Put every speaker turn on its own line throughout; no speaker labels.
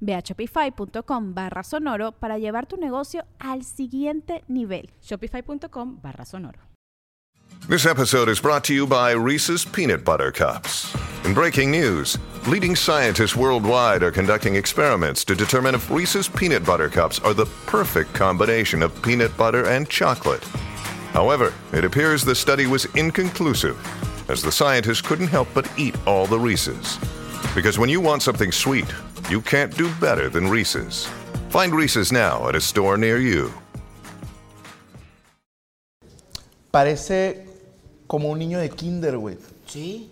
Ve a shopify.com barra sonoro para llevar tu negocio al siguiente nivel.
Shopify.com barra sonoro.
This episode is brought to you by Reese's Peanut Butter Cups. In breaking news, leading scientists worldwide are conducting experiments to determine if Reese's Peanut Butter Cups are the perfect combination of peanut butter and chocolate. However, it appears the study was inconclusive, as the scientists couldn't help but eat all the Reese's. Because when you want something sweet, you can't do better than Reese's. Find Reese's now at a store near you.
Parece como un niño de kinder, güey.
Sí.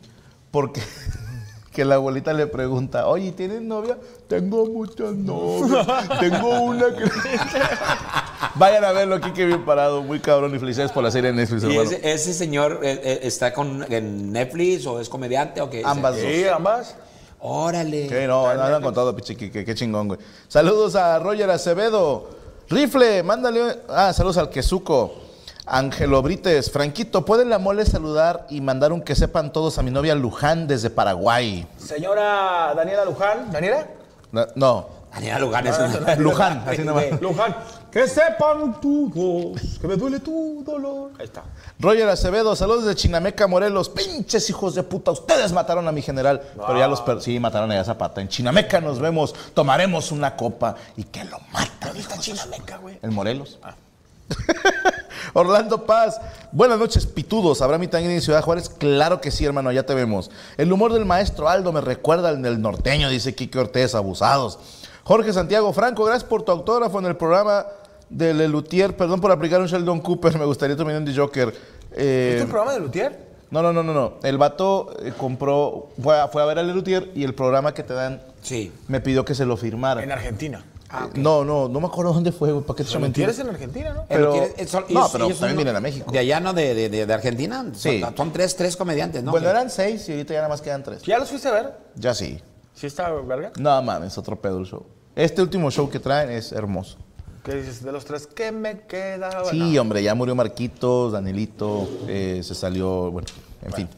Porque que la abuelita le pregunta, oye, ¿tienes novia? Tengo muchas novias. Tengo una que... Vayan a verlo aquí que bien parado, muy cabrón y felicidades por la serie de Netflix,
¿Y
hermano.
ese, ese señor eh, eh, está con, en Netflix o es comediante o qué?
Ambas dos.
Eh,
Sí, ambas.
Órale.
Que no, no andan con todo, pichiqui, que qué chingón, güey. Saludos a Roger Acevedo. Rifle, mándale. Ah, saludos al Quesuco. Ángelo Brites. Franquito, ¿pueden la mole saludar y mandar un que sepan todos a mi novia Luján desde Paraguay?
Señora Daniela Luján. ¿Daniela?
No, Ah, No.
Daniela Luján es una-
Luján, así nomás.
Luján. Que sepan todos que me duele tu dolor. Ahí está.
Roger Acevedo, saludos de Chinameca, Morelos. Pinches hijos de puta, ustedes mataron a mi general. Pero ya los. per- sí, mataron a Zapata. En Chinameca nos vemos, tomaremos una copa y que lo matan. está Chinameca, güey? En Morelos. Orlando Paz, buenas noches, pitudos. ¿Habrá mi tanguin en Ciudad Juárez? Claro que sí, hermano, ya te vemos. El humor del maestro Aldo me recuerda al del norteño, dice Quique Ortez, abusados. Jorge Santiago Franco, gracias por tu autógrafo en el programa de Lelutier. Perdón por aplicar un Sheldon Cooper, me gustaría tu opinión de Joker. Eh,
¿Viste el programa de Lutier?
no, no, no, no, no. El vato eh, compró, fue a, fue a ver a Lelutier y el programa que te dan
Sí.
me pidió que se lo firmara.
En Argentina.
Eh, No, no, no me acuerdo dónde fue, güey, ¿para qué te echo
Lutier
mentiras?
es en Argentina, ¿no?
Pero-
Eh, ¿quieres- eh, son-
no,
ellos-
pero
ellos son
también
lo-
vienen a México.
De allá, ¿no? De, de- de- de Argentina. Son-
Sí.
Son, tres, tres comediantes, ¿no?
Bueno,
Que-
eran seis y ahorita ya nada más quedan tres.
¿Ya los fuiste a ver?
Ya sí.
¿Sí está verga?
No mames, otro pedo el show. Este último show que traen es hermoso.
¿Qué dices? De los tres, ¿qué me queda?
Sí, hombre, ya murió Marquitos, Danielito, eh, se salió, bueno, en fin.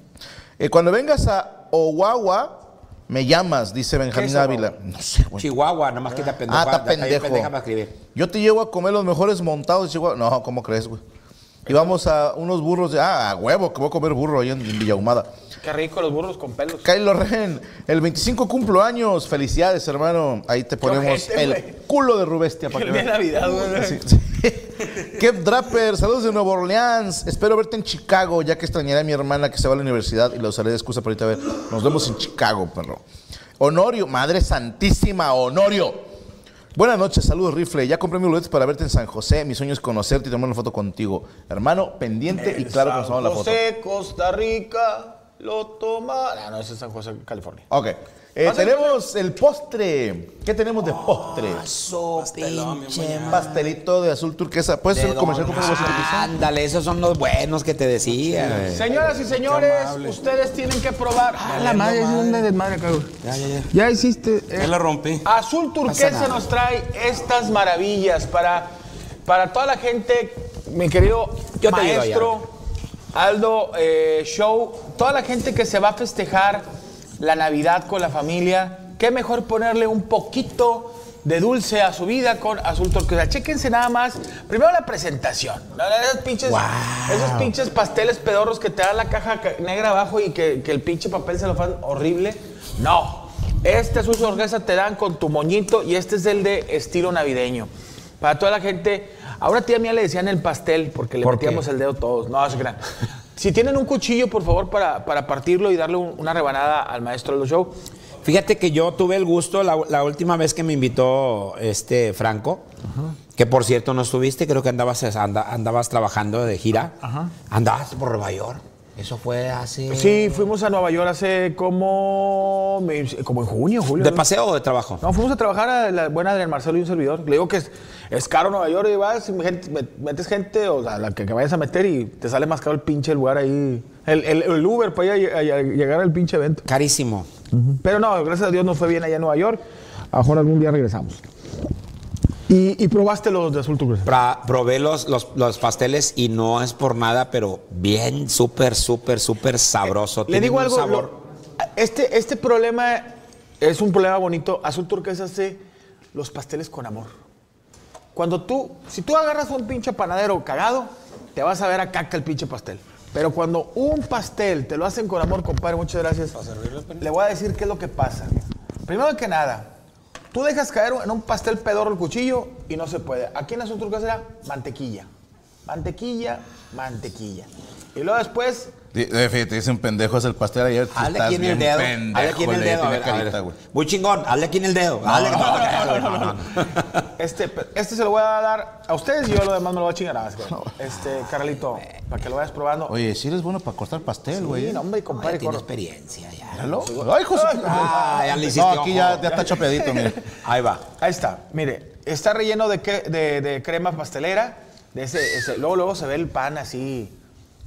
Eh, cuando vengas a Owawa, me llamas, dice
¿Qué
Benjamín
es Owawa?
Ávila. No sé, güey.
Chihuahua, nomás que está pendejo.
ah, está
está bien
pendejo.
pendeja para escribir.
Yo te llevo a comer los mejores montados de Chihuahua. No, ¿cómo crees, güey? Y vamos a unos burros de. Ah, a huevo, que voy a comer burro ahí en Villahumada.
Qué rico los burros con pelos.
Kylo Ren, el 25 cumplo años. Felicidades, hermano. Ahí te ponemos
ojete,
el
güey.
culo de Rubestia para
El
que
día de
veas.
Navidad, güey.
Sí, sí. Kev Draper, saludos de Nueva Orleans. Espero verte en Chicago, ya que extrañaré a mi hermana que se va a la universidad y la usaré de excusa para irte a ver. Nos vemos en Chicago, perro. Honorio, madre santísima, Honorio. Buenas noches, saludos Rifle. Ya compré mis boletos para verte en San José. Mi sueño es conocerte y tomar una foto contigo. Hermano, pendiente y claro que nos
pues,
tomamos la foto.
José, Costa Rica, lo toma. Ah, no, ese es San José, California.
Ok. Eh,
Vas a-
tenemos el postre. ¿Qué tenemos de postre?
So pinche
Un pastelito de azul turquesa. ¿Puedes hacer un comercial con
madre. Ándale, esos son los buenos que te decía. güey.
Señoras y señores, ustedes tienen que probar. Ah, la madre, es una desmadre, cabrón.
Ya, ya, ya.
Ya hiciste. eh,
Ya la rompí.
Pasa
Azul Turquesa
nada.
nos trae estas maravillas para, para toda la gente, mi querido
Yo te ayudo
maestro Aldo eh, Show, toda la gente que se va a festejar la Navidad con la familia, qué mejor ponerle un poquito de dulce a su vida con azul turquesa. Chéquense nada más. Primero la presentación. ¿no? Esos pinches, esos pinches pasteles pedorros que te da la caja ca- negra abajo y que, que el pinche papel se lo fan horrible. No. Este azul turquesa te dan con tu moñito y este es el de estilo navideño. Para toda la gente. Ahora a tía mía le decían el pastel porque le
¿Por
metíamos
qué?
el dedo todos. No, es gran. Si tienen un cuchillo, por favor, para, para partirlo y darle un- una rebanada al maestro de los show.
Fíjate que yo tuve el gusto la, la última vez que me invitó este Franco, que por cierto no estuviste, creo que andabas, anda- andabas trabajando de gira. Andabas por Nueva York. Eso fue hace.
Sí, fuimos a Nueva York hace como, me- como en junio, julio.
¿De
¿no?
paseo o de trabajo?
No, fuimos a trabajar a la buena Adrián Marcelo y un servidor. Le digo que es, es caro Nueva York y vas y gente- met- metes gente, o sea, la que, que vayas a meter y te sale más caro el pinche lugar ahí. El, el- el Uber para ir a- a- a llegar al pinche evento.
Carísimo.
Pero no, gracias a Dios no fue bien allá en Nueva York. A lo mejor algún día regresamos. Y, y probaste los de Azul Turquesa.
Pra- probé los, los, los pasteles y no es por nada, pero bien, súper, súper, súper sabroso.
Le
Tienen
digo
un
algo.
sabor.
lo- este, este problema es un problema bonito. Azul Turquesa hace los pasteles con amor. Cuando tú, si tú agarras un pinche panadero cagado, te vas a ver a caca el pinche pastel. Pero cuando un pastel te lo hacen con amor, compadre, muchas gracias. Le voy a decir qué es lo que pasa. Primero que nada, tú dejas caer en un pastel pedorro el cuchillo y no se puede. Aquí en Azul Turquesa era mantequilla. Mantequilla, mantequilla. Y luego después
Fíjate, dicen pendejo es el pastel ayer. tú
Hazle
estás
aquí en el
bien
dedo.
pendejo,
hazle aquí en el
güey,
dedo. a
tiene
ver, a ver.
carita, güey.
Muy chingón. Hazle aquí en el dedo. hazle-
Este, este se lo voy a dar a ustedes y yo lo demás me lo voy a chingar. Ah, es que- Este, Carlito, para que lo vayas probando.
Oye, sí eres bueno para cortar pastel, güey.
Sí, no, hombre, compadre,
Ya tiene
corro.
experiencia ya.
Míralo. Ay, José.
Ah, ya le hiciste
No, aquí
ojo.
ya, ya está chopeadito, mire.
Ahí va.
Ahí está, mire, está relleno de, cre- de- de crema pastelera. De ese, ese- luego, luego se ve el pan así,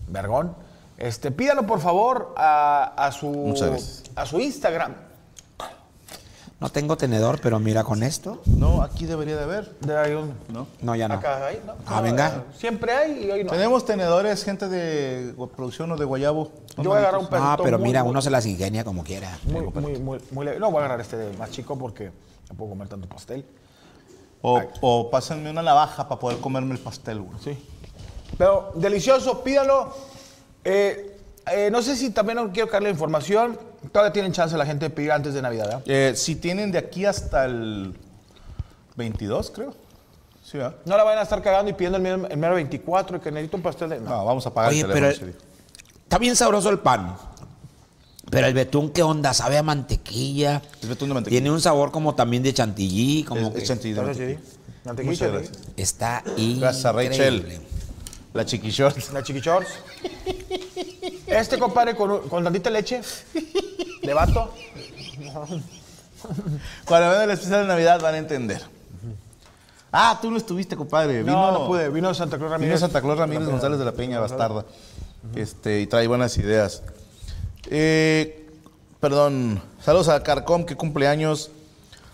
vergón. Este, pídalo por favor a, a
Muchas
su,
gracias.
a su Instagram.
No tengo tenedor, pero mira con esto.
No, aquí debería de haber.
De ahí un-
No, ya no.
Acá, ahí, ¿no?
Ah, venga.
Siempre hay y hoy no.
Tenemos tenedores, gente de gu- producción o de guayabo.
Yo voy a agarrar un pedacito.
No, Ah, pero
muy
mira,
bueno.
uno se las ingenia como quiera.
Muy, muy, muy, muy leve. No voy a agarrar este de más chico porque no puedo comer tanto pastel.
O, o pásenme una navaja para poder comerme el pastel, güey.
Sí. Pero delicioso, pídalo. Eh, eh, no sé si también no quiero cargar la información. Todavía tienen chance la gente de pedir antes de Navidad. ¿verdad?
Eh, si tienen de aquí hasta el 22, creo. Sí, ¿verdad?
No la van a estar cagando y pidiendo el mero, el mero 24 y que necesito un pastel de. No.
No, vamos a pagar
Oye,
el
pero
teléfono.
el-
sí.
Está bien sabroso el pan. Pero el betún, ¿qué onda? Sabe a mantequilla.
El betún de mantequilla.
Tiene un sabor como también de chantilly. Como
Es-
que
es chantilly de
Entonces,
mantequilla.
sí. Mantequilla,
Muchas
sí.
gracias.
Está increíble.
Gracias a Rachel. La chiquishort.
La chiquichors. Este compadre con, un- con tantita leche de vato.
Cuando vean el especial de Navidad van a entender. Ah, tú no estuviste, compadre. Vino,
No, no pude. Vino Santa Cruz Ramírez.
Vino Santa Claus Ramírez González de la Peña, bastarda. Este, y trae buenas ideas. Eh, perdón. Saludos a Carcom, que cumpleaños.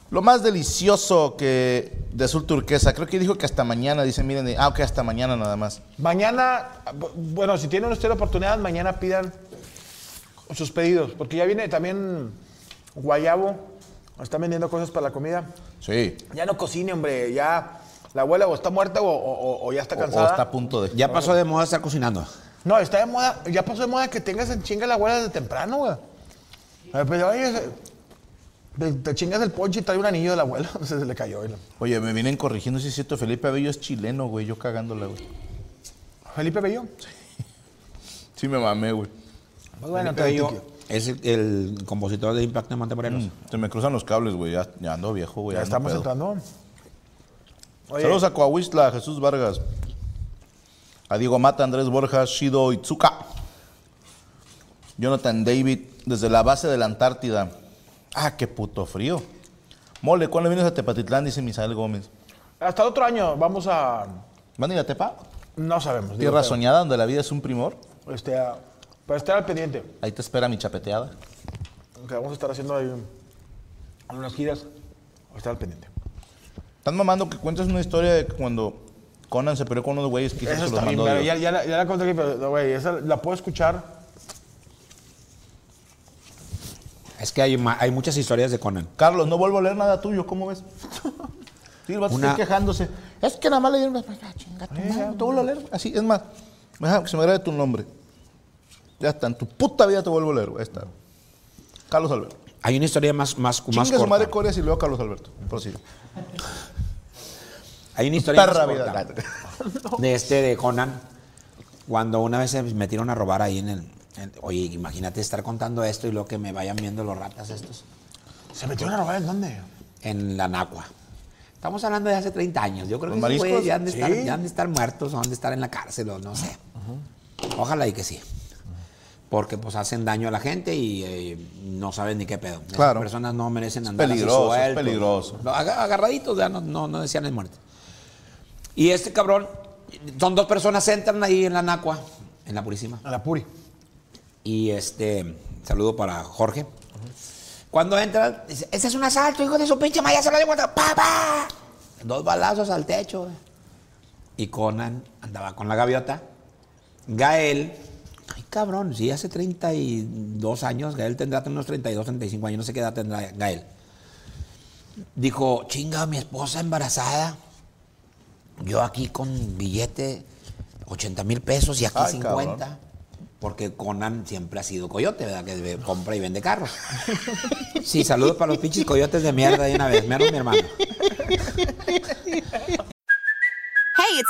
Lo más delicioso que de azul turquesa. Creo que dijo que hasta mañana. Dice, miren, ah, ok, hasta mañana nada más.
Mañana, bu- bueno, si tienen ustedes la oportunidad, mañana pidan sus pedidos, porque ya viene también Guayabo, están vendiendo cosas para la comida.
Sí.
Ya no cocine, hombre, ya la abuela o está muerta o, o- o- o ya está
O, o
cansada.
está a punto de.
Ya pasó de moda estar cocinando.
No, está de moda, ya pasó de moda que tengas en chinga a la abuela desde temprano, güey. A ver, pues, oye, se- te- te chingas el ponche y trae un anillo de la abuela, se le cayó. y la-
Oye, me vienen corrigiendo si es cierto. Felipe Abello es chileno, güey. Yo cagándola, güey.
Felipe Bello.
Sí, me mamé, güey.
Pues bueno,
Felipe
te
Bello
digo,
Es el, el compositor de Impacto de Montemorelos.
Se me cruzan los cables, güey. Ya, ya ando viejo, güey.
ya
ya ando
estamos
pedo.
entrando. Oye,
Saludos a Coahuistla, Jesús Vargas. A Diego Mata, Andrés Borja, Shido Itzuka. Jonathan David, desde la base de la Antártida. Ah, qué puto frío. Mole, ¿cuándo vienes a Tepatitlán? Dice Misael Gómez.
hasta el otro año vamos a...
¿Van a ir a Tepa?
No sabemos. digo,
Tierra soñada, donde la vida es un primor.
pero, Este, ah, para estar al pendiente,
Ahí te espera mi chapeteada.
que vamos a estar haciendo ahí un- algunas giras, estar al pendiente.
Están mamando que cuentas una historia de que cuando Conan se peleó con unos güeyes que hizo
Eso
se
está
los
bien,
mandó
claro,
Dios.
ya, ya la, ya la conté aquí, pero, no, güey, esa la puedo escuchar.
Es que hay, ma- hay muchas historias de Conan.
Carlos, no vuelvo a leer nada tuyo, ¿cómo ves? Sí, el vato
Una-
está quejándose. Es que nada más le dieron una ah, chinga tu madre, no te vuelvo a leer. Así, es más, deja que se me grabe tu nombre. Ya está, en tu puta vida te vuelvo a leer. güey. Ahí está. Carlos Alberto.
Hay una historia más, más, más
Chinga su madre
corta.
Corea si leo a Carlos Alberto. Prosigue.
Hay una historia más
Perra vida.
corta de este de Conan cuando una vez se metieron a robar ahí en el. en- oye, imagínate estar contando esto y luego que me vayan viendo los ratas estos.
¿Se metió una robar en dónde?
En la Nacua. Estamos hablando de hace 30 años. Yo creo que
¿Los
esos güeyes
mariscos?
ya han, de estar,
Sí.
ya han de estar muertos o han de estar en la cárcel o no sé. Ojalá y que sí. Porque pues hacen daño a la gente y eh, no saben ni qué pedo. Esas
Claro.
personas no merecen andar así
peligroso, es
sueltos.
peligroso.
No, aga- Agarraditos ya no, no, no decían el muerte. Y este cabrón, son dos personas entran ahí en la Nacua, en la Purísima.
A la Puri.
Y este, saludo para Jorge. Cuando entran, dice, ese es un asalto, hijo de su pinche maya, se lo digo, papá. Dos balazos al techo. güey. Y Conan andaba con la gaviota. Gael, ay cabrón, sí, hace 32 años, Gael tendrá unos 32, 35 años, no sé qué edad tendrá Gael. Dijo, chinga, mi esposa embarazada, yo aquí con billete, 80 mil pesos y aquí
Ay,
50.
cabrón.
Porque Conan siempre ha sido coyote, ¿verdad? Que ve- compra y vende carros. Sí, saludos para los pinches coyotes de mierda de una vez, menos mi hermano.
Hey, it's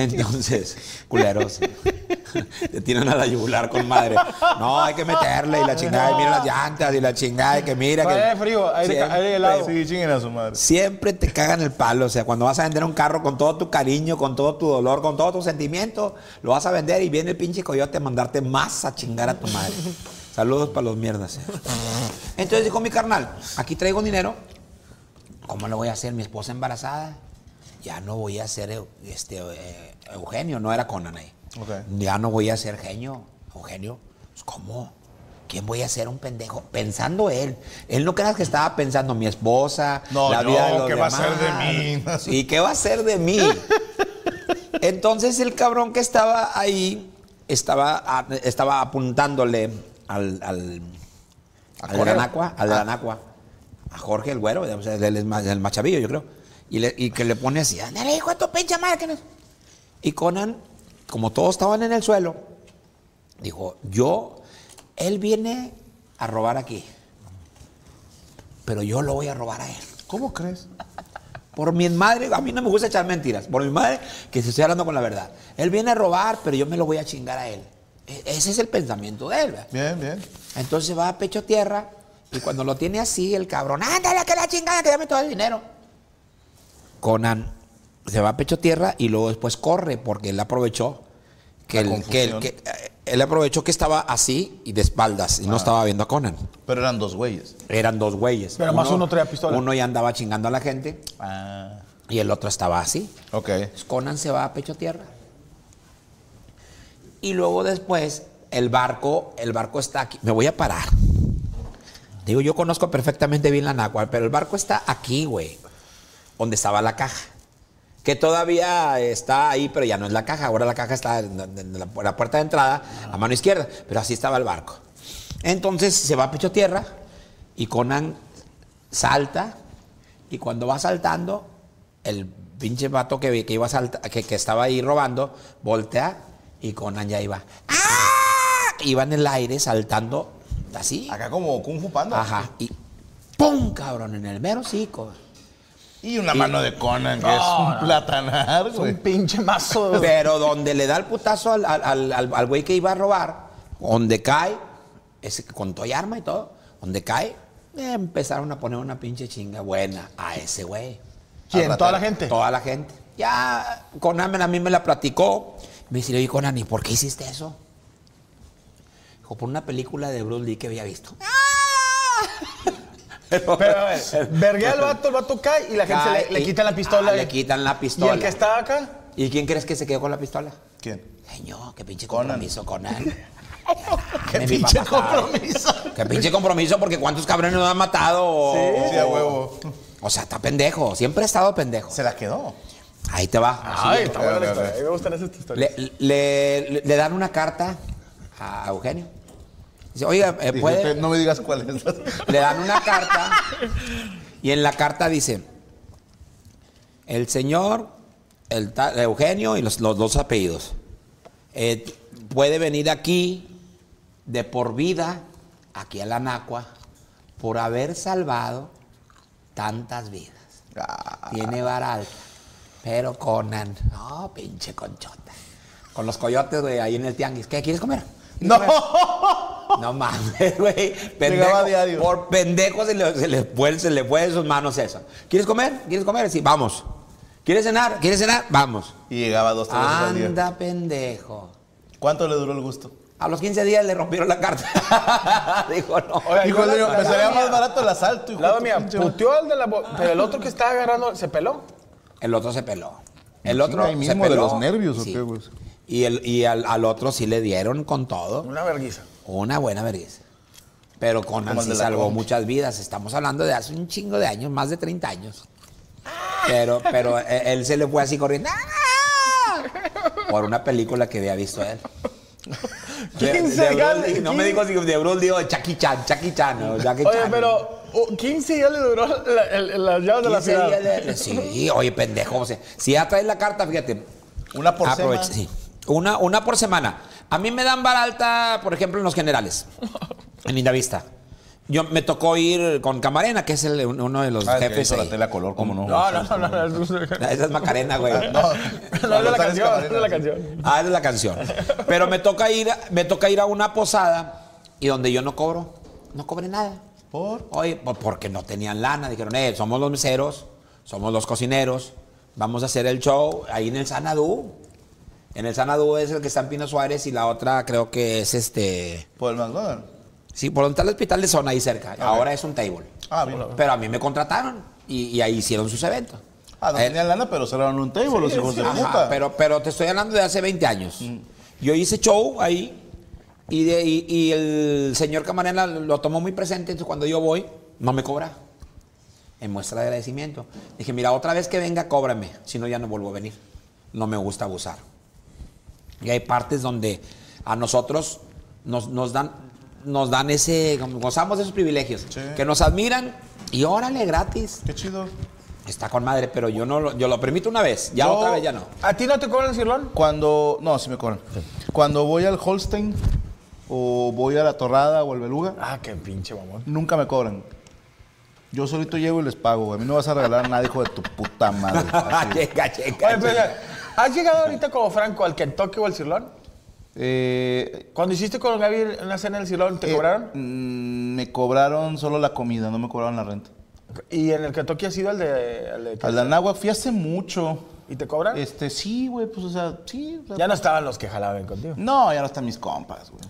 Entonces, culeros, te tiran a la yugular con madre. No, hay que meterle y la chingada, y mira las llantas y la chingada, y que mira. que-
Aire frío, aire, ca-
siempre,
aire helado.
Sí, chinguen a su madre.
siempre te cagan el palo. O sea, cuando vas a vender un carro con todo tu cariño, con todo tu dolor, con todo tu sentimiento, lo vas a vender y viene el pinche coyote a mandarte más a chingar a tu madre. Saludos para los mierdas. eh. Entonces dijo mi carnal, aquí traigo dinero. ¿Cómo lo voy a hacer? Mi esposa embarazada. Ya no voy a ser Eu- este, eh, Eugenio, no era Conan ahí.
Ok.
Ya no voy a ser genio, Eugenio. Pues, ¿Cómo? ¿Quién voy a ser un pendejo? Pensando él. Él no creas que estaba pensando mi esposa,
No,
la
yo,
vida de los
¿qué va a ser
demás.
de mí?
Sí, ¿qué va a ser de mí? Entonces el cabrón que estaba ahí estaba, a- estaba apuntándole al, al, al de la
Correo?
Nacua,
Ah.
al de la Nacua, a Jorge el güero, o sea, él es más, el machavillo, yo creo. Y, le- y que le pone así, ándale, hijo de tu pinche madre. que no-". Y Conan, como todos estaban en el suelo, dijo, yo, él viene a robar aquí, pero yo lo voy a robar a él.
¿Cómo crees?
Por mi madre, a mí no me gusta echar mentiras. Por mi madre, que se estoy hablando con la verdad. Él viene a robar, pero yo me lo voy a chingar a él. E- Ese es el pensamiento de él. ¿verdad?
Bien, bien.
Entonces va a pecho tierra y cuando lo tiene así, el cabrón, ándale, que la chingada, que dame todo el dinero. Conan se va a pecho tierra y luego después corre porque él aprovechó que,
La
el- que el-
confusión. Ah.
que, eh, él aprovechó que estaba así y de espaldas y no estaba viendo a Conan.
Pero eran dos güeyes.
Eran dos güeyes.
Pero más uno traía pistola.
Uno ya andaba chingando a la gente
Ah.
y el otro estaba así.
Ok.
Entonces, Conan se va a pecho tierra. Y luego después, el barco, el barco está aquí. Me voy a parar. Digo, yo conozco perfectamente bien la náhuatl, pero el barco está aquí, güey. Donde estaba la caja. Que todavía está ahí, pero ya no es la caja. Ahora la caja está en en- en la, pu- la puerta de entrada, a mano izquierda. Pero así estaba el barco. Entonces se va a pecho tierra y Conan salta. Y cuando va saltando, el pinche vato que, que iba a salta- que, que estaba ahí robando, voltea y Conan ya iba. ¡Ah! Iba en el aire saltando así.
Acá como Kung Fu Panda.
Ajá. Y ¡pum! Cabrón, en el mero hocico.
Y una mano de Conan, que es un platanar,
Un
güey.
pinche mazo. de-
Pero donde le da el putazo al, al, al- al- al güey que iba a robar, donde cae, ese que con todo y arma y todo, donde cae, eh, empezaron a poner una pinche chinga buena a ese güey.
¿Quién?
Al
¿Toda la
ratero.
gente?
Toda la gente. Ya Conan me- a mí me la platicó. Me dice, oye, Conan, ¿y por qué hiciste eso? o por una película de Bruce Lee que había visto.
Pero a ver, verguea al vato, el vato cae y la gente
Cae
se le, le
y-
quita la pistola.
ah, le quitan la pistola.
¿Y el que estaba acá?
¿Y quién crees que se quedó con la pistola?
¿Quién?
Señor, qué pinche
Conan.
compromiso, Conan.
¡Qué
Mi
pinche
papá sabe.
compromiso!
Qué pinche compromiso porque cuántos cabrones nos han matado. o-
Oh, Sí, a huevo.
O sea, está pendejo. Siempre he estado pendejo.
Se la quedó.
Ahí te va.
Ay, está buena
a
la
ver, a
historia.
ver.
A mí me gustan esas historias.
Le, le- le- le dan una carta a Eugenio. Dice, oiga, eh,
Dije,
puede.
"Usted No me digas cuál es.
Le dan una carta y en la carta dice: El señor, el ta- Eugenio y los, los dos apellidos. eh, puede venir aquí de por vida, aquí a la Nacua, por haber salvado tantas vidas. Tiene vara alta. Pero Conan, no, pinche conchota. Con los coyotes, güey, ahí en el tianguis. ¿Qué quieres comer?
¡No!
No mames, güey.
Llegaba
Pendejo,
diario.
Por pendejo se le, se, le fue, se le fue de sus manos eso. ¿Quieres comer? ¿Quieres comer? Sí, vamos. ¿Quieres cenar? ¿Quieres cenar? Vamos.
Y llegaba dos, tres veces al día.
Anda, pendejo.
¿Cuánto le duró el gusto?
A los 15 días le rompieron la carta. Dijo, no.
Oiga,
Hijo,
yo
le digo,
la-
me
la-
salía
la-
más barato el asalto. hijo
Al lado
de tu
mía,
pinche madre.
puteó al de la bo- Pero el otro que estaba agarrando, ¿se peló?
El otro se peló. El
Chinga,
otro
ahí
se
mismo,
peló.
de los nervios, ¿o
Sí.
qué, güey?
Y, el, y al, al otro sí le dieron con todo.
Una verguiza.
Una buena vergüenza. Pero Conan
Como el
sí
de la
salvó
combi.
muchas vidas. Estamos hablando de hace un chingo de años, más de 30 años. Pero, pero e- él se le fue así corriendo. ¡Ah! Por una película que había visto él. De-
15
de Bruce
gales,
Lee. No me
15.
dijo si de Bruce digo Chucky Chan, Chucky Chan. o Jackie
Oye,
Chan.
pero uh, 15 días le duró la- el- las llaves de la
15 días
ciudad.
de- de- sí, oye, pendejo. o sea, si ya traes la carta, fíjate.
Una por
Aprovecha,
semana.
sí. Una, una por semana. A mí me dan vara alta, por ejemplo, en los generales. En Lindavista. Yo me tocó ir con Camarena, que es el- uno de los
Ah, el que
jefes.
hizo la
ahí.
tela color, ¿cómo no?
No, no, no, no. No, no,
Esa es Macarena, güey.
Ah,
no, es la
González
canción,
Camarena,
no es la
sí.
canción.
Ah, es la canción. Pero me toca ir, me toca ir a una posada y donde yo no cobro, no cobré nada.
¿Por?
Oye, po- pues, porque no tenían lana. Dijeron, eh, somos los meseros, somos los cocineros, vamos a hacer el show ahí en el Sanadú. En el Sanadú es el que está en Pino Suárez y la otra creo que es este.
Por el McDonald's.
Sí, por donde está el hospital de zona ahí cerca. Ahora es un table.
Ah, bien.
Pero a mí me contrataron y, y ahí hicieron sus eventos.
Ah, no
Eh,
tenían lana, pero cerraron un table, los hijos de Mm.
Ajá,
puta.
pero, pero te estoy hablando de hace 20 años. Yo hice show ahí y, de- y- y el señor Camarena lo tomó muy presente. Entonces, cuando yo voy, no me cobra. En muestra de agradecimiento. Dije, mira, otra vez que venga, cóbrame. Si no, ya no vuelvo a venir. No me gusta abusar. Y hay partes donde a nosotros nos, nos dan, nos dan ese. gozamos de esos privilegios.
Sí.
Que nos admiran y órale, gratis.
Qué chido.
Está con madre, pero yo no lo, yo lo permito una vez, ya
Yo-
otra vez ya no.
¿A ti no te cobran el cirlón?
Cuando. No, sí me cobran. Cuando voy al Holstein, o voy a la Torrada o al Beluga,
Ah, qué pinche mamón.
nunca me cobran. Yo solito llego y les pago, güey. A mí no vas a regalar nada, hijo de tu puta madre. Así.
checa, checa.
Oye, pero, ¿has llegado ahorita como Franco al Kentucky o al cirlón?
Eh,
Cuando hiciste con Gaby una cena en el cirlón, ¿te
eh,
cobraron?
mm, me cobraron solo la comida, no me cobraron la renta.
¿Y en el Kentucky has ido al de... Al de-
Al de Anáhuac fui hace mucho.
¿Y te cobran?
Este, sí, güey, pues, o sea, sí. o sea,
Ya no estaban los que jalaban contigo.
No, ya no están mis compas, güey.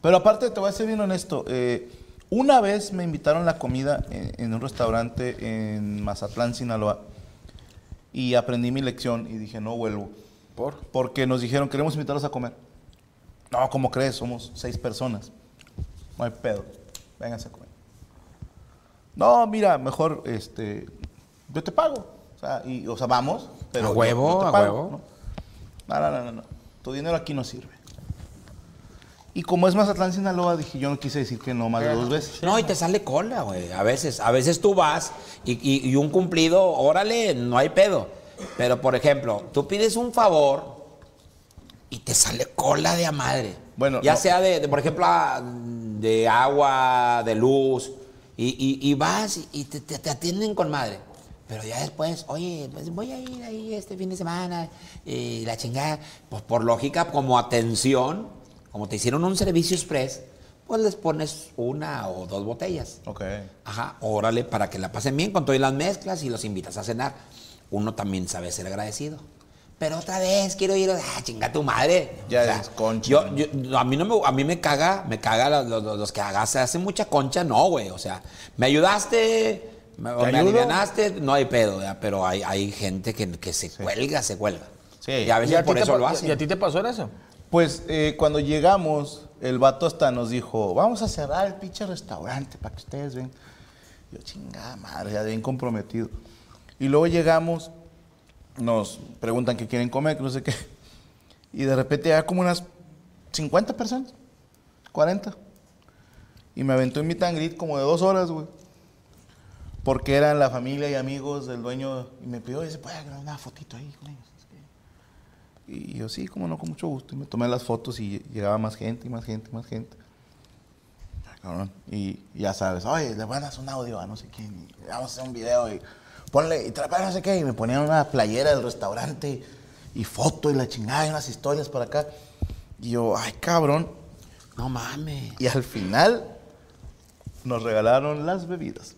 Pero aparte, te voy a ser bien honesto. eh, una vez me invitaron la comida en, en un restaurante en Mazatlán, Sinaloa. Y aprendí mi lección y dije, no vuelvo.
¿Por?
Porque nos dijeron, queremos invitarlos a comer. No, ¿cómo crees? Somos seis personas. No hay pedo. Vénganse a comer. No, mira, mejor, este, yo te pago. O sea, y, o sea vamos, pero
A
yo-
huevo,
yo te
a
pago,
huevo.
¿no? No, no, no, no, no. Tu dinero aquí no sirve. Y como es Mazatlán, Sinaloa, dije, yo no quise decir que no más de dos veces.
No, y te sale cola, güey. A veces, a veces tú vas y, y- y un cumplido, órale, no hay pedo. Pero, por ejemplo, tú pides un favor y te sale cola de a madre.
Bueno,
ya
no.
sea de, de, por ejemplo, a- de agua, de luz, y, y- y vas y te, te- te atienden con madre. Pero ya después, oye, pues voy a ir ahí este fin de semana y la chingada. Pues por lógica, como atención, como te hicieron un servicio express, pues les pones una o dos botellas.
Ok.
Ajá, órale, para que la pasen bien con todas las mezclas y los invitas a cenar. Uno también sabe ser agradecido. Pero otra vez quiero ir, ah, chinga tu madre.
Ya es concha.
Yo, yo- no, a mí no me, a mí me caga, me caga los, los- los- los que hagas, se hace mucha concha, no, güey. O sea, me ayudaste, me, o
¿Te
me
ayudo?
alivianaste, no hay pedo, ¿verdad? pero hay, hay gente que, que se cuelga, se cuelga.
Sí.
Y a
¿Y
veces
a ti
por
te
eso
pa-
lo hacen.
¿Y a ti te pasó eso?
Pues eh, cuando llegamos, el vato hasta nos dijo, vamos a cerrar el pinche restaurante para que ustedes ven. Yo, chingada madre, ya bien comprometido. Y luego llegamos, nos preguntan qué quieren comer, que no sé qué. Y de repente había como unas 50 personas, 40. Y me aventó en mi tangrit como de dos horas, güey. Porque eran la familia y amigos del dueño. Y me pidió, dice, ¿puedes grabar una fotito ahí con ellos? Y yo, sí, como no, con mucho gusto. Y me tomé las fotos y llegaba más gente, y más gente, y más gente. Ah, cabrón. Y ya sabes, oye, le van a hacer un audio a no sé quién, y vamos a hacer un video y ponle, y trapa no sé qué. Y me ponían una playera del restaurante y foto y la chingada y unas historias para acá. Y yo, ay, cabrón.
No mames.
Y al final nos regalaron las bebidas.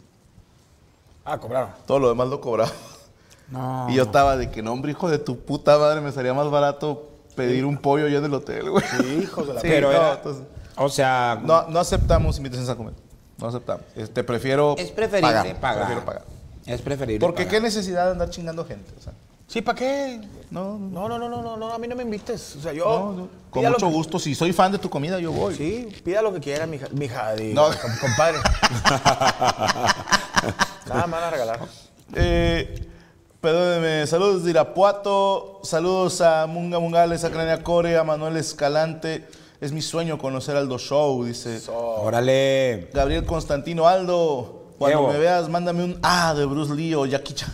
Ah, cobraron.
Todo lo demás lo cobraba. Y yo estaba de que, no, hombre, hijo de tu puta madre, me salía más barato pedir un pollo allá del hotel, güey.
hijos de la
Sí,
pero
no,
era-
entonces-
o sea,
no, no aceptamos invitaciones a comer. No aceptamos. Te prefiero
es preferible pagar.
pagar. Prefiero pagar.
Es preferible
Porque
pagar.
qué necesidad de andar chingando gente. O sea,
Sí, ¿para qué?
no, no,
No, no, no, no, no, no, a mí no me invites. O sea, yo.
no, no. Con
pida lo
mucho
que-
gusto. Si soy fan de tu comida, yo voy.
Sí, pida lo que quiera, mija. mija di-
No.
com- compadre. Nada me van a regalar.
Eh, perdóneme, saludos de Irapuato, saludos a Munga Mungales, a Crania Core, a Manuel Escalante. Es mi sueño conocer Aldo Show, dice
Órale.
Gabriel Constantino Aldo. Cuando
Evo.
me veas, mándame un A de Bruce Lee o Jackie Chan.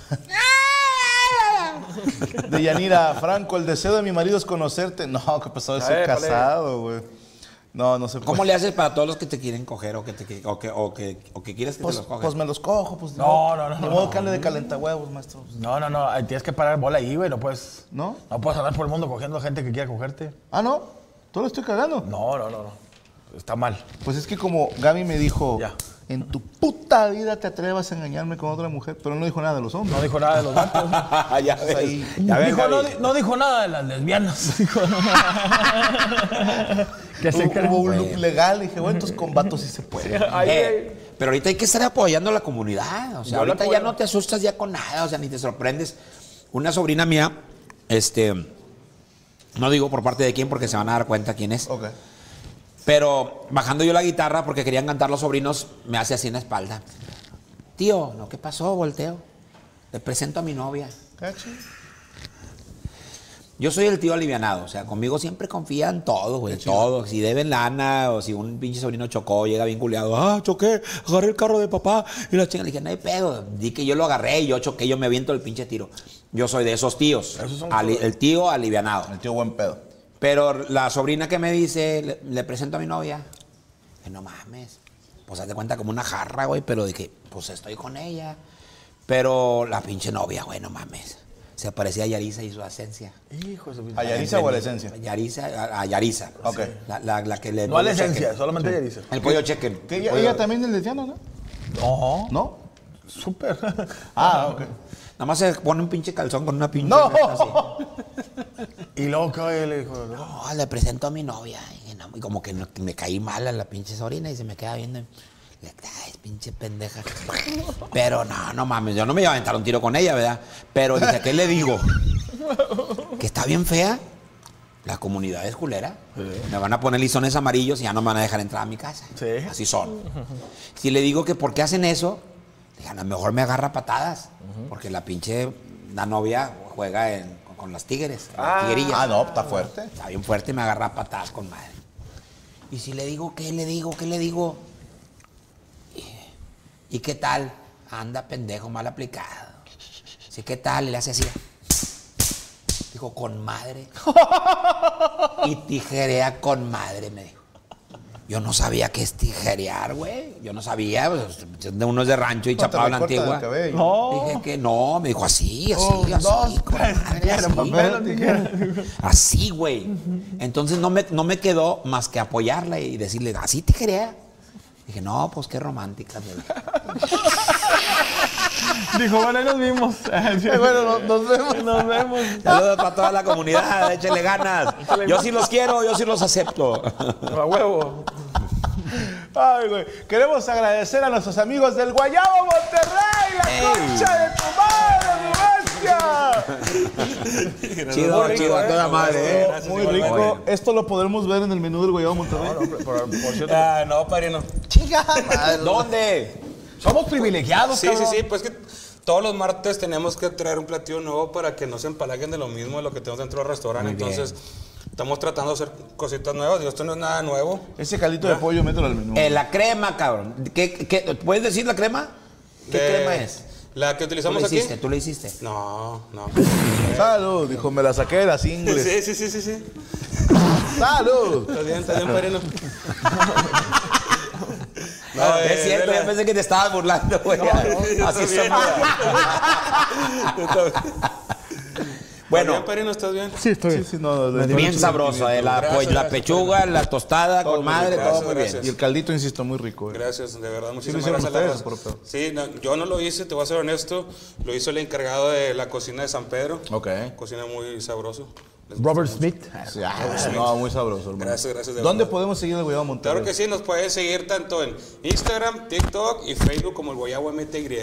De Yanira, Franco, el deseo de mi marido es conocerte. No, ¿qué pasó? Soy
ver, ¿cuál es?
casado, güey. No, no sé pues,
¿Cómo le haces para todos los que te quieren coger o que, te, qui- o que, o que, o que quieres que
Pues,
te los cogen?
pues me los cojo, pues.
No, no, no,
De
no,
modo
no,
que ande de calentahuevos, maestro.
No, no, no, ay, tienes que parar bola ahí, güey. No puedes.
¿No?
No puedes andar por el mundo cogiendo gente que quiera cogerte.
Ah, no. ¿Tú lo estoy cagando?
No, no, no, no. Está mal.
Pues es que como Gaby me dijo,
Ya.
en tu puta vida te atrevas a engañarme con otra mujer, pero no dijo nada de los hombres.
No dijo nada de los vatos.
ya ves,
ahí.
ya ves,
pues, dijo, no,
Javi.
di- no dijo nada de las lesbianas. Dijo, no. que se
Hubo, hubo un
Bueno.
look legal y dije, bueno, entonces con vatos sí se puede.
Ay,
Eh, pero ahorita hay que estar apoyando a la comunidad. O sea,
Yo la
ahorita ya
apoyo.
no te asustas ya con nada, o sea, ni te sorprendes. Una sobrina mía, este, no digo por parte de quién porque se van a dar cuenta quién es,
Ok.
pero bajando yo la guitarra porque querían cantar los sobrinos, me hace así en la espalda. Tío, ¿no qué pasó? Volteo. Te presento a mi novia.
Cachi.
Yo soy el tío alivianado, o sea, conmigo siempre confían todo, güey, todo. Si deben lana o si un pinche sobrino chocó, llega bien culiado, ah, choqué, agarré el carro de papá y la chinga. Le dije, no hay pedo, di que yo lo agarré, yo choqué, yo me aviento el pinche tiro. Yo soy de esos tíos, ali- el tío alivianado.
El tío buen pedo.
Pero la sobrina que me dice, le, le presento a mi novia, que no mames. Pues hazte cuenta como una jarra, güey, pero dije, pues estoy con ella. Pero la pinche novia, güey, no mames. Se parecía a Yarisa y su esencia.
hijo de su
¿A Yarisa o a la esencia?
Yarisa, a, a Yarisa.
Ok.
La, la- la que le.
No a la
pollo
esencia,
chicken.
solamente ella dice.
El pollo chequen.
Que ella, ella también es lesbiana, ¿no?
No,
¿No?
súper.
Ah, ok.
Nada más se pone un pinche calzón con una pinche.
¡No!
así.
Y luego que le dijo, no,
No, le presento a mi novia. Y, dije, no, y como que no- que me caí mal a la pinche sobrina y se me queda viendo. Le dije, Ay, pinche pendeja. Pero no, no mames, yo no me iba a aventar un tiro con ella, ¿verdad? Pero dice, ¿qué le digo? Que está bien fea. La comunidad es culera. Me van a poner lisones amarillos y ya no me van a dejar entrar a mi casa.
Sí.
Así son. Si le digo que por qué hacen eso, dije, a lo mejor me agarra patadas. Porque la pinche, la novia juega en- con, con las tigres. con las tiguerillas.
Ah, no, está fuerte.
Está bien fuerte y me agarra a patadas con madre. Y si le digo, ¿qué le digo? ¿Qué le digo? ¿Y, y qué tal? Anda, pendejo, mal aplicado. Sí, ¿qué tal? Y le hace así. Dijo, con madre. Y tijerea con madre, me dijo. Yo no sabía qué es tijerear, güey. Yo no sabía. pues, uno es de rancho y
No, te
chapado a la
recortan el
antigua.
cabello.
Dije que no, me dijo así, así, así.
Oh, dos,
con
tres,
madre,
tijera,
así.
papel, tijera.
Así, güey. Entonces no me, no me quedó más que apoyarla y decirle, así te quería. Dije, no, pues qué romántica. le dije.
Dijo, bueno, ahí nos vimos.
Bueno, no- nos vemos.
Nos vemos.
Saludos para toda la comunidad, échenle ganas. Yo sí los quiero, yo sí los acepto.
A huevo.
Ay, güey. Queremos agradecer a nuestros amigos del Guayabo Monterrey, la concha de tu madre, mi bestia.
Chido,
rico,
chido, a
¿eh?
toda madre. ¿eh?
Muy rico. Esto lo podremos ver en el menú del Guayabo Monterrey.
Ah, no, padrino.
Chica, madre.
¿Dónde?
Somos privilegiados,
Sí, sí,
cabrón.
sí, pues que todos los martes tenemos que traer un platillo nuevo para que no se empalaguen de lo mismo de lo que tenemos dentro del restaurante.
Muy bien.
Entonces, estamos tratando de hacer cositas nuevas. Digo, esto no es nada nuevo.
Ese calito de pollo, mételo al menú.
Eh, la crema, cabrón. ¿Qué, qué- puedes decir la crema? ¿Qué
De-
crema es?
La que
¿Tú
utilizamos
la
aquí.
hiciste? ¿Tú la hiciste?
No, no.
Salud, dijo, me la saqué de las ingles.
sí, sí, sí, sí, sí.
Salud.
Está bien, está bien, padrino.
No,
No,
es
eh,
cierto,
vela.
yo pensé que te estabas burlando, güey. Así
está
son.
bien.
Bueno,
Bien, pues, padrino, estás bien.
Sí, estoy. Sí, sí, no, no, no,
bien
no,
sabroso, eh, la,
Gracias,
pues, la
gracias,
pechuga, la tostada
Todo
con
muy
madre,
bien,
todo
gracias,
muy bien.
Y el caldito, insisto, muy rico. eh.
Gracias, de verdad,
Sí, lo
muchísimas
hicieron
gracias. a la
ustedes,
raza.
por pedo.
sí, no, yo no lo hice, te voy a ser honesto. Lo hizo el encargado de la cocina de San Pedro.
Ok.
Cocina muy sabroso. Les gusta
Robert
mucho.
Smith.
Sí, ah, no, muy sabroso, hermano.
Gracias, gracias, de
¿Dónde
verdad.
podemos seguir el Guayabo Monterrey?
Claro que sí, nos puedes seguir tanto en Instagram, TikTok y Facebook como el Guayabo MTY.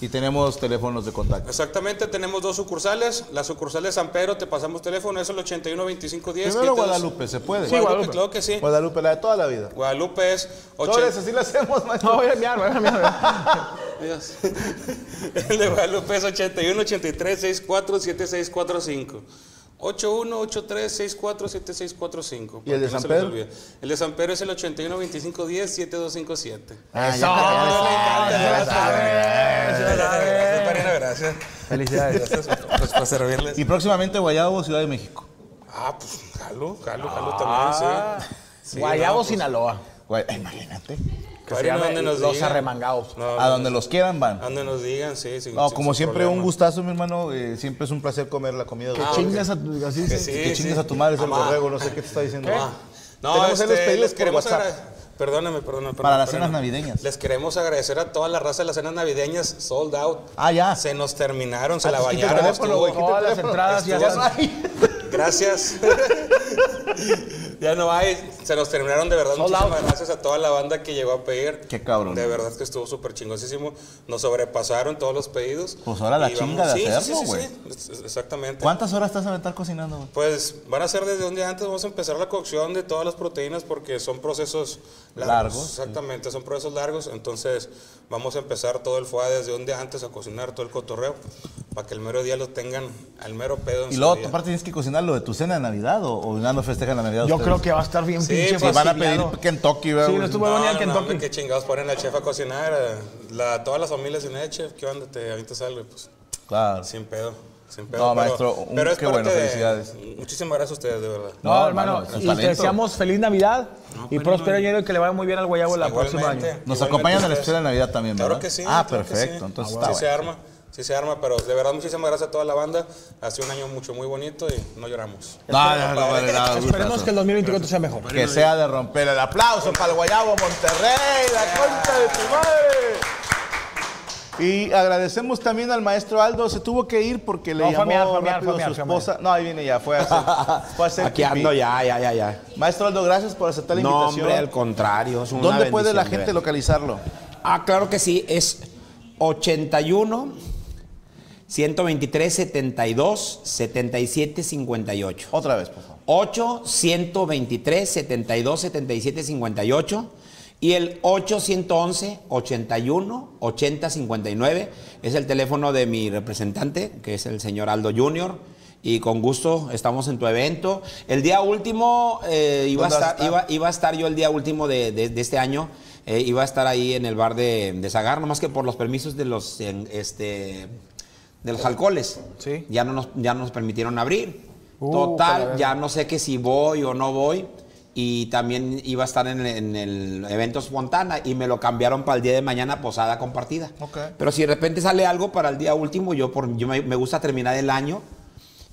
Y tenemos teléfonos de contacto.
Exactamente, tenemos dos sucursales. La sucursal de San Pedro, te pasamos teléfono, es el 81 25 10.
Primero Guadalupe, ¿se puede?
Sí, Guadalupe, claro que sí.
Guadalupe, la de toda la vida.
Guadalupe es
Sobres,
80.
así lo hacemos, maestro.
No, voy a enviar, voy a enviar.
Adiós. El de Guadalupe es 81 83 64 7645. 81 83 64 7645.
¿Y el de San
para que se les
Pedro?
olvide. El de San Pedro es el 81 25 10 7257.
Ah, ya te- ya le-
Gracias, Parina, gracias.
Felicidades.
Gracias pues, por servirles.
Y próximamente Guayabo, Ciudad de México.
Ah, pues jalo, jalo, jalo
Ah.
también, sí. Sí,
Guayabo,
no, pues,
Sinaloa.
Guay- ay, imagínate.
Que
Padrino,
se llame
¿dónde nos
Los
digan?
Arremangados.
no,
A donde los quieran van.
Donde nos digan, sí. Ah, sin-
No,
sin-
como
sin
siempre, un
problema.
gustazo, mi hermano. eh, siempre es un placer comer la comida. de
Chingas a tu. Así
Que
se-
sí,
Que
sí.
chingues a tu madre, es el
Amá.
borrego. No sé qué te está diciendo.
Ah, No,
Tenemos ahí los
este,
pedidos
les
por
queremos
WhatsApp.
agra- Perdóname, perdóname,
Para las
perdóname.
cenas navideñas.
Les queremos agradecer a toda la raza de las cenas navideñas, sold out.
Ah, ya.
Se nos terminaron, se la
pues quita el
bañaron.
teléfono, güey,
estuvo-
quita
Todas
el
las
teléfono.
entradas ya
Estuvo-
están-
Ay.
Gracias. ya no hay. Se nos terminaron de verdad.
Sold
Muchísimas
out.
gracias a toda la banda que llegó a pedir.
Qué cabrón.
De verdad que estuvo súper chingosísimo. Nos sobrepasaron todos los pedidos.
Pues ahora la
Y
chinga de
sí, sí,
hacerlo,
sí, sí,
güey.
sí, es- Exactamente.
¿Cuántas horas estás a estar cocinando, güey?
Pues van a ser desde un día antes, vamos a empezar la cocción de todas las proteínas porque son procesos largos.
Largos, sí.
Exactamente, son procesos largos. Entonces vamos a empezar todo el foie desde un día antes a cocinar todo el cotorreo para que el mero día lo tengan al mero pedo. en
Y
su
luego,
día.
aparte, tienes que cocinar lo de tu cena de Navidad o, o nada, no festejan la Navidad.
Yo
ustedes?
creo que va a estar bien
Sí,
pinche
sí,
van a pedir
fastidiado.
Kentucky,
Sí,
güey.
no estuvo
No,
ni
no,
al
no, hombre,
Kentucky.
qué chingados ponen al chef a cocinar. eh, La, todas las familias en el chef, ¿qué onda? Te avientas algo y pues
Claro.
sin pedo. Sin pedo.
No, maestro, un-
pero es
qué bueno,
parte de-
felicidades.
muchísimas gracias a ustedes, de verdad.
No,
No,
hermano,
hermano, es
y
un
te
talento.
deseamos feliz Navidad y próspero año y que le vaya muy bien al Guayabo la próxima año.
Igualmente,
Nos
igualmente
acompañan a la
ustedes.
especial de Navidad también, ¿verdad?
Claro que sí.
Ah,
claro que
perfecto.
sí.
Entonces,
sí
está
se
bueno.
arma, sí se arma, pero de verdad muchísimas gracias a toda la banda. Hace un año mucho, muy bonito y no lloramos.
No, no, no, vale, nada,
Esperemos
gustazo.
que el 2024 sea mejor.
Que sea de romper el aplauso para el Guayabo Monterrey, la concha de tu madre. Y agradecemos también al maestro Aldo, se tuvo que ir porque le
No,
llamó
fue a mear, fue a mear,
rápido
fue a mear,
su
fue a mear.
esposa. No, ahí viene ya, fue a hacer, fue a hacer
Ah, Aquí
pipí.
ando ya, ya, ya, ya.
Maestro Aldo, gracias por aceptar la
No,
invitación.
hombre, al contrario. es una
¿Dónde puede
bendición,
la
de
gente
verdad.
localizarlo?
Ah, claro que sí, es 81 123 72 77 58.
Otra vez, por favor.
8 123 72 77 58 y el 811 81 80 59 es el teléfono de mi representante, que es el señor Aldo Junior. Y con gusto estamos en tu evento. El día último, eh, iba, a
¿Dónde vas a
estar,
estar?
iba, iba a estar yo el día último de, de- de este año. eh, iba a estar ahí en el bar de, de Zagar, nomás que por los permisos de los, en- este, de los alcoholes.
Sí.
Ya no nos, ya no nos permitieron abrir.
Uh,
Total,
calavera.
ya no sé que si voy o no voy. Y también iba a estar en, en el evento Fontana y me lo cambiaron para el día de mañana, posada compartida.
Ok.
Pero si de repente sale algo para el día último, yo, por, yo me, me gusta terminar el año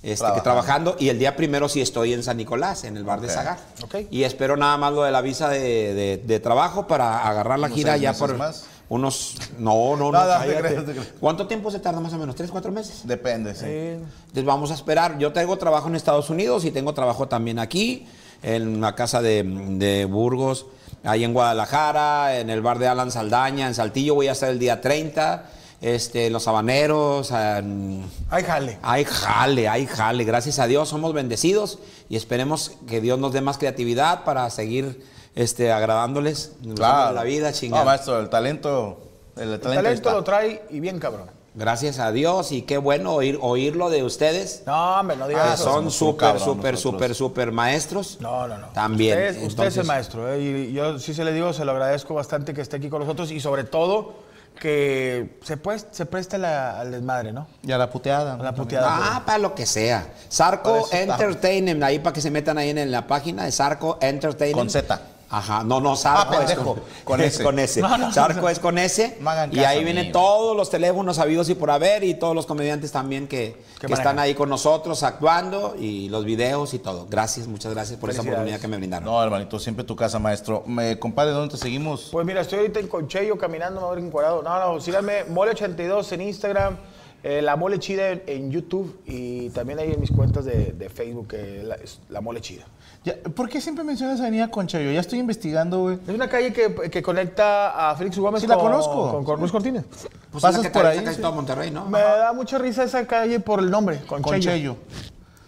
este, que
Trabajando.
trabajando y el día primero sí estoy en San Nicolás, en el bar de
Ok.
Zagar.
Ok.
Y espero nada más lo de la visa de, de- de trabajo para agarrar la
Unos
gira
seis
ya
meses
por,
más.
Unos. No,
No,
no, no.
no te
cállate.
creas, no te creas.
¿Cuánto tiempo se tarda más o menos? ¿Tres, cuatro meses?
Depende, sí.
Eh,
Entonces vamos a esperar. Yo tengo trabajo en Estados Unidos y tengo trabajo también aquí, en la casa de, de Burgos, ahí en Guadalajara, en el bar de Alan Saldaña, en Saltillo voy a estar el día 30, este, en Los Habaneros. en-
Ay, jale.
Ay, jale, ay, jale. Gracias a Dios somos bendecidos y esperemos que Dios nos dé más creatividad para seguir este, agradándoles.
Claro.
La vida,
No,
chingada.
maestro, el talento. El,
El
talento, ahí
talento
está.
lo trae y bien cabrón.
Gracias a Dios y qué bueno oír, oírlo de ustedes.
No, hombre, no digas
que Ah,
eso.
son
somos un
súper,
cabrón
súper,
nosotros.
súper, súper maestros.
No, no, no.
También.
Usted, es- usted es el
Entonces,
maestro, ¿eh? y yo sí se le digo, se lo agradezco bastante que esté aquí con nosotros y sobre todo que se, pues, se preste la- al desmadre, ¿no?
Y a la puteada.
A la
también.
puteada.
Ah, para lo que sea.
Para
Sarco
eso estamos.
Entertainment, ahí para que se metan ahí en la página de Sarco Entertainment.
Con Z.
Ajá, no, no, Sarco
Ah,
es
pendejo.
con,
Con
es
S.
con S. Sarco es con S.
No hagan
y
caso,
ahí vienen
niños.
todos los teléfonos habidos y por haber y todos los comediantes también que, que
manejan.
están ahí con nosotros actuando y los videos y todo. Gracias, muchas gracias por esa oportunidad que me brindaron.
Ah. No, hermanito, siempre tu casa, maestro. Me compadre, ¿dónde te seguimos?
Pues mira, estoy ahorita en Conchello caminando, me voy a ver encuadrado. No, no, síganme, Mole82 en Instagram, eh, La Mole Chida en, en YouTube y también ahí en mis cuentas de, de Facebook, que la, es la Mole Chida.
Ya, ¿Por qué siempre mencionas Avenida Concha? Yo ya estoy investigando, güey.
Es una calle que, que conecta a Félix Gómez
Sí, la
con,
conozco.
con, con Luis Cortines.
Pues
pasas
es la que
por
atraviesa
ahí,
casi
sí.
todo Monterrey, ¿no?
Me da mucha risa esa calle por el nombre, Conchello.
Conchello.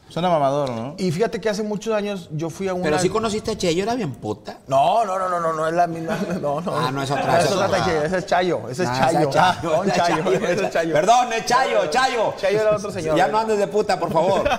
Suena mamador, ¿no?
Y fíjate que hace muchos años yo fui a una...
Pero sí conociste a Cheyo, era bien puta.
No, no, no, no, no, no es la misma. No, no.
Ah, no, es otra,
No,
es
es otra
otra.
Chayo, ese es Chayo. Ese es
Ah,
Chayo.
esa
Ah,
Chayo,
don
esa
Chayo.
Chayo,
Ese
esa-
es Chayo.
Perdón, es Chayo, Chayo.
Chayo era otro señor.
Ya no andes de puta, por favor.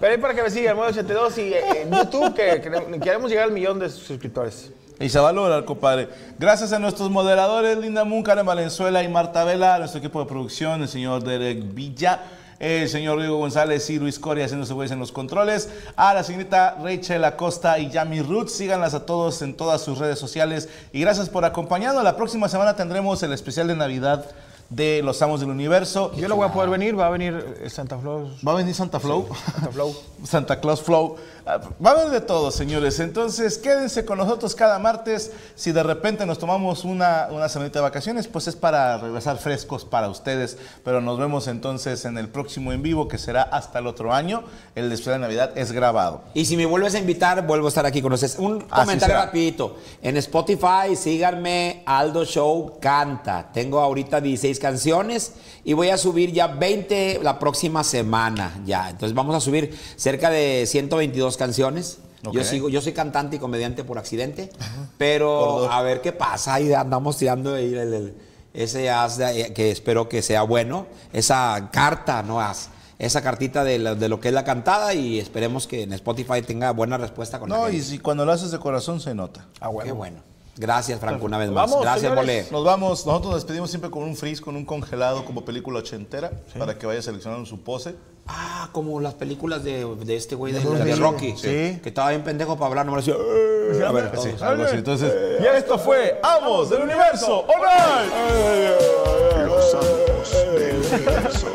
Pero ahí para que me sigan, 982 y eh, en YouTube, que quere- queremos llegar al millón de suscriptores.
Y se va a lograr, compadre. Gracias a nuestros moderadores, Linda Moon, Karen Valenzuela y Marta Vela, a nuestro equipo de producción, el señor Derek Villa, el señor Diego González y Luis Coria haciéndose güeyes en los controles, a la señorita Rachel Acosta y Yami Ruth. Síganlas a todos en todas sus redes sociales. Y gracias por acompañarnos. La próxima semana tendremos el especial de Navidad de Los Amos del Universo.
Yo no voy a poder venir, va a venir eh, Santa Claus.
¿Va a venir Santa Flow?
Santa Flow.
Santa Claus Flow. Ah, Va a haber de todo, señores. Entonces, quédense con nosotros cada martes. Si de repente nos tomamos una, una semanita de vacaciones, pues es para regresar frescos para ustedes. Pero nos vemos entonces en el próximo en vivo, que será hasta el otro año. El especial de Navidad es grabado.
Y si me vuelves a invitar, vuelvo a estar aquí con ustedes. Un
Así
comentario
será.
rapidito. En Spotify, síganme Aldo Show Canta. Tengo ahorita 16 canciones y voy a subir ya 20 la próxima semana. Ya, entonces vamos a subir cerca de 122 canciones. Yo
Ok.
sigo, yo soy cantante y comediante por accidente, pero a ver qué pasa. Ahí andamos tirando ahí el- el- ese as de- eh, que espero que sea bueno, esa carta, no as, esa cartita de, la- de lo que es la cantada y esperemos que en Spotify tenga buena respuesta con la
No,
gente.
y si cuando lo haces de corazón se nota.
Ah,
Qué
bueno.
bueno. Gracias, Franco, una vez más.
Vamos,
Gracias, Mole.
señores.
Nos vamos, nosotros nos despedimos siempre con un frizz, con un congelado como película ochentera, para que vaya seleccionando su pose.
Ah, como las películas de, de este güey de,
Bruce
de
Lee.
Rocky.
Sí.
Que estaba bien pendejo para hablar, nomás decía. "Eh". A ver,
Sí,
todos.
algo así. Entonces,
Y esto fue Amos del Universo. ¡All right!
Los Amos del Universo.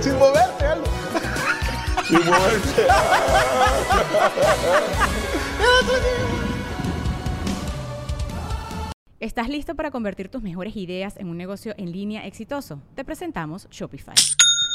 Sin moverte, Aldo.
¿Estás listo para convertir tus mejores ideas en un negocio en línea exitoso? Te presentamos Shopify.